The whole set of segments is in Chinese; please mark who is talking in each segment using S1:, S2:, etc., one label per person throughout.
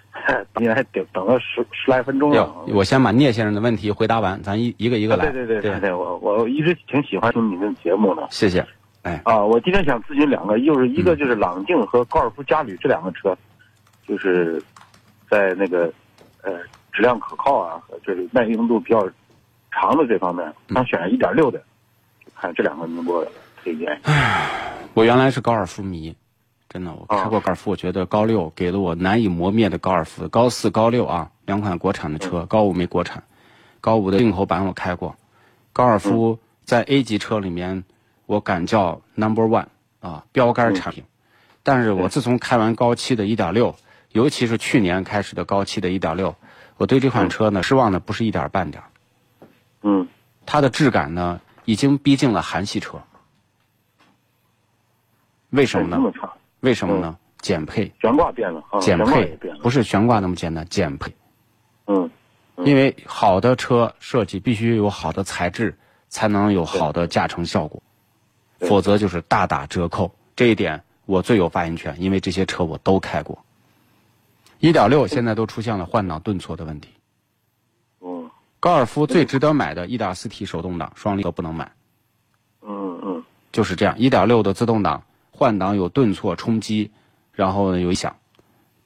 S1: 你还等等了十十来分钟
S2: 哎
S1: 了
S2: 呦。我先把聂先生的问题回答完，咱一一个一个来。
S1: 啊对对对对，我我一直挺喜欢听你的节目呢。
S2: 谢谢。哎
S1: 啊，我今天想咨询两个，就是一个就是朗境和高尔夫嘉旅这两个车，就是在那个呃质量可靠啊，和就是耐用度比较长的这方面，
S2: 嗯
S1: 想选一点六的，就看这两个您给我推荐。
S2: 我原来是高尔夫迷，真的，我
S1: 哦
S2: 开过高尔夫，我觉得高六给了我难以磨灭的高尔夫，高四、高六啊，两款国产的
S1: 嗯
S2: 车，高五没国产，高五的进口版我开过，高尔夫
S1: 嗯
S2: 在 A 级车里面，我敢叫 number one 啊，标
S1: 嗯
S2: 杆产品。但是我自从开完高七的1.6，尤其是去年开始的高七的1.6，我对这款车呢失望的不是一点儿半点儿，
S1: 嗯
S2: 它的质感呢已经逼近了韩系车。为什么
S1: 这么
S2: 呢？
S1: 长，
S2: 为什么呢？减配，
S1: 悬挂变了啊，
S2: 减
S1: 悬挂也
S2: 配
S1: 变了
S2: 不。是悬挂那么简单，减配。
S1: 嗯
S2: 因为好的车设计必须有好的材质，才能有好的驾乘效果，
S1: 对
S2: 否则就是大打折扣。这一点我最有发言权，因为这些车我都开过。一点六现在都出现了换挡顿挫的问题。
S1: 嗯
S2: 高尔夫最值得买的 1.4T 手动挡双离合不能买，
S1: 嗯嗯
S2: 就是这样，一点六的自动挡换挡有顿挫冲击，然后呢有异响，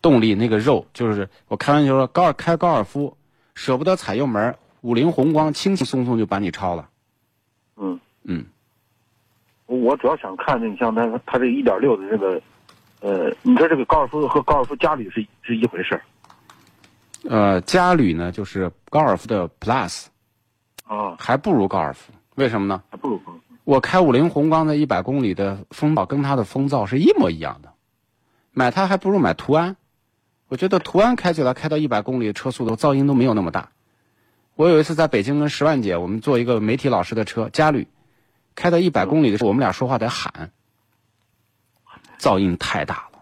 S2: 动力那个肉就是我开玩笑说高尔开高尔夫舍不得踩油门，五菱宏光轻轻松松就把你超了。
S1: 嗯，
S2: 嗯，
S1: 我主要想看那你像它它这一点六的这个，呃，你说这个高尔夫和高尔夫嘉旅是是一回事儿
S2: 呃，嘉旅呢就是高尔夫的 Plus，
S1: 啊，
S2: 还不如高尔夫，为什么呢？
S1: 还不如高尔夫
S2: 我开五菱宏光的一百公里的风噪跟它的风噪是一模一样的，买它还不如买途安。我觉得途安开起来开到一百公里车速的噪音都没有那么大。我有一次在北京跟石万姐我们坐一个媒体老师的车嘉旅，开到一百公里的时候我们俩说话得喊，噪音太大了。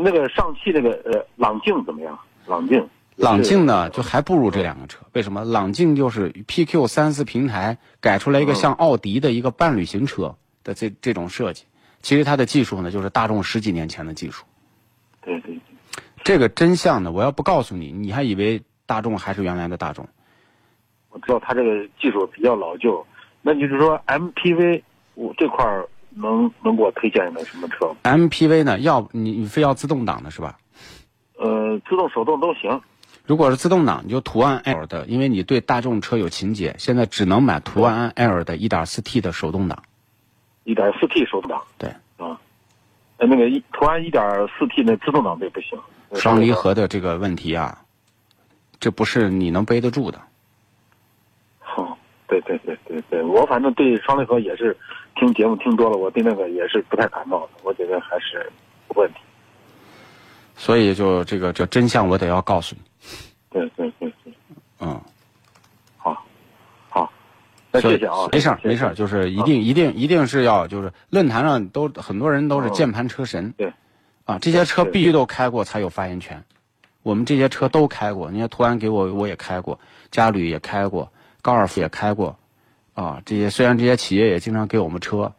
S1: 那个上汽那个呃朗境怎么样？朗境，
S2: 朗境
S1: 呢？
S2: 呢，就还不如这两个车。为什么？朗境就是 PQ 三四平台改出来一个像奥迪的一个半旅行车的这这种设计。其实它的技术呢，就是大众十几年前的技术。
S1: 对对，
S2: 这个真相呢，我要不告诉你，你还以为大众还是原来的大众。
S1: 我知道它这个技术比较老旧。那就是说 MPV，我这块儿能能给我推荐个什么车？
S2: MPV 呢，要你你非要自动挡的是吧？
S1: 呃，自动手动都行。
S2: 如果是自动挡，你就途安 L 的，因为你对大众车有情结，现在只能买途安 L 的 1.4T 的手动挡。
S1: 一点四 T 手动挡
S2: 对，
S1: 啊，呃，那个一途安一点四 T 那自动挡这不行，
S2: 双离合的这个问题啊，这不是你能背得住的。
S1: 哦，对对对对对，我反正对双离合也是听节目听多了，我对那个也是不太感冒的，我觉得还是有问题。
S2: 所以就这个这真相我得要告诉你，
S1: 对对对对，
S2: 嗯，
S1: 好，好，那
S2: 所以
S1: 谢谢啊，
S2: 没事儿
S1: 谢谢
S2: 没事儿，就是一定一定一定是要就是论坛上都很多人都是键盘车神，
S1: 嗯对，
S2: 啊，这些车
S1: 对
S2: 必须都开过才有发言权，我们这些车都开过，人家途安给我我也开过，嘉旅也开过，高尔夫也开过，啊，这些虽然这些企业也经常给我们车，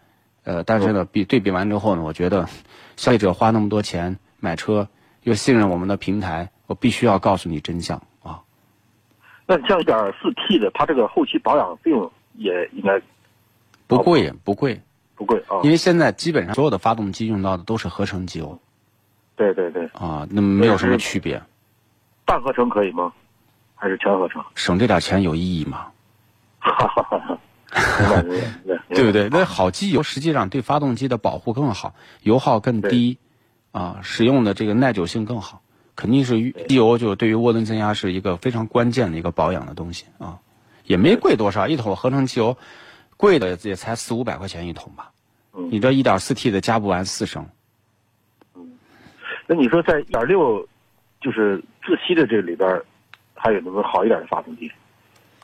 S2: 呃，但是呢，
S1: 嗯
S2: 比对比完之后呢，我觉得消费者花那么多钱买车，又信任我们的平台，我必须要告诉你真相啊。
S1: 那像一点四 T 的，它这个后期保养费用也应该
S2: 不贵，不贵，
S1: 不贵啊。
S2: 因为现在基本上所有的发动机用到的都是合成机油
S1: 对对对，
S2: 啊，那么没有什么区别。
S1: 半合成可以吗？还是全合 成？
S2: 省这点钱有意义吗？
S1: 哈哈哈哈哈！明白明白
S2: 对不对？那好机油实际上对发动机的保护更好，油耗更低，啊，使用的这个耐久性更好，肯定是机油就对于涡轮增压是一个非常关键的一个保养的东西啊，也没贵多少，一桶合成汽油，贵的也才四五百块钱一桶吧，
S1: 嗯
S2: 你这一点四 T 的加不完四升，
S1: 那你说在一点六，就是自吸的这里边儿，还有没有好一点的发动机？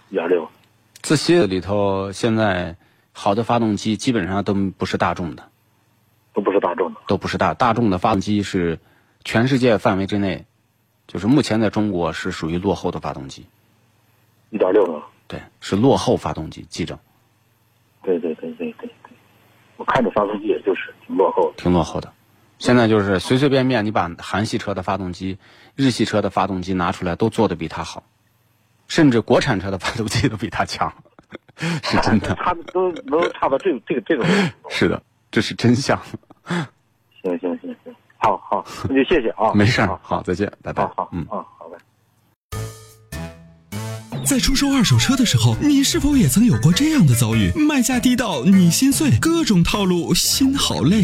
S1: 一点六，
S2: 自吸的里头现在好的发动机基本上都不是大众的。
S1: 都不是大众的。
S2: 都不是大大众的发动机是全世界范围之内，就是目前在中国是属于落后的发动机，
S1: 一点六呢？
S2: 对，是落后发动机，记着，
S1: 对对对对对对，我看着发动机也就是挺落后的。
S2: 挺落后的。现在就是随随便便你把韩系车的发动机、日系车的发动机拿出来，都做的比它好，甚至国产车的发动机都比它强，是 真的，
S1: 他们都能差到这个这个这个位置。
S2: 是的，这是真相。
S1: 行行行行，好好，那就谢谢啊。
S2: 没事儿
S1: 好，
S2: 好，再见，拜拜
S1: 好，好，
S2: 嗯。
S1: 啊，好的。
S3: 在出售二手车的时候，你是否也曾有过这样的遭遇？卖价低到你心碎，各种套路，心好累。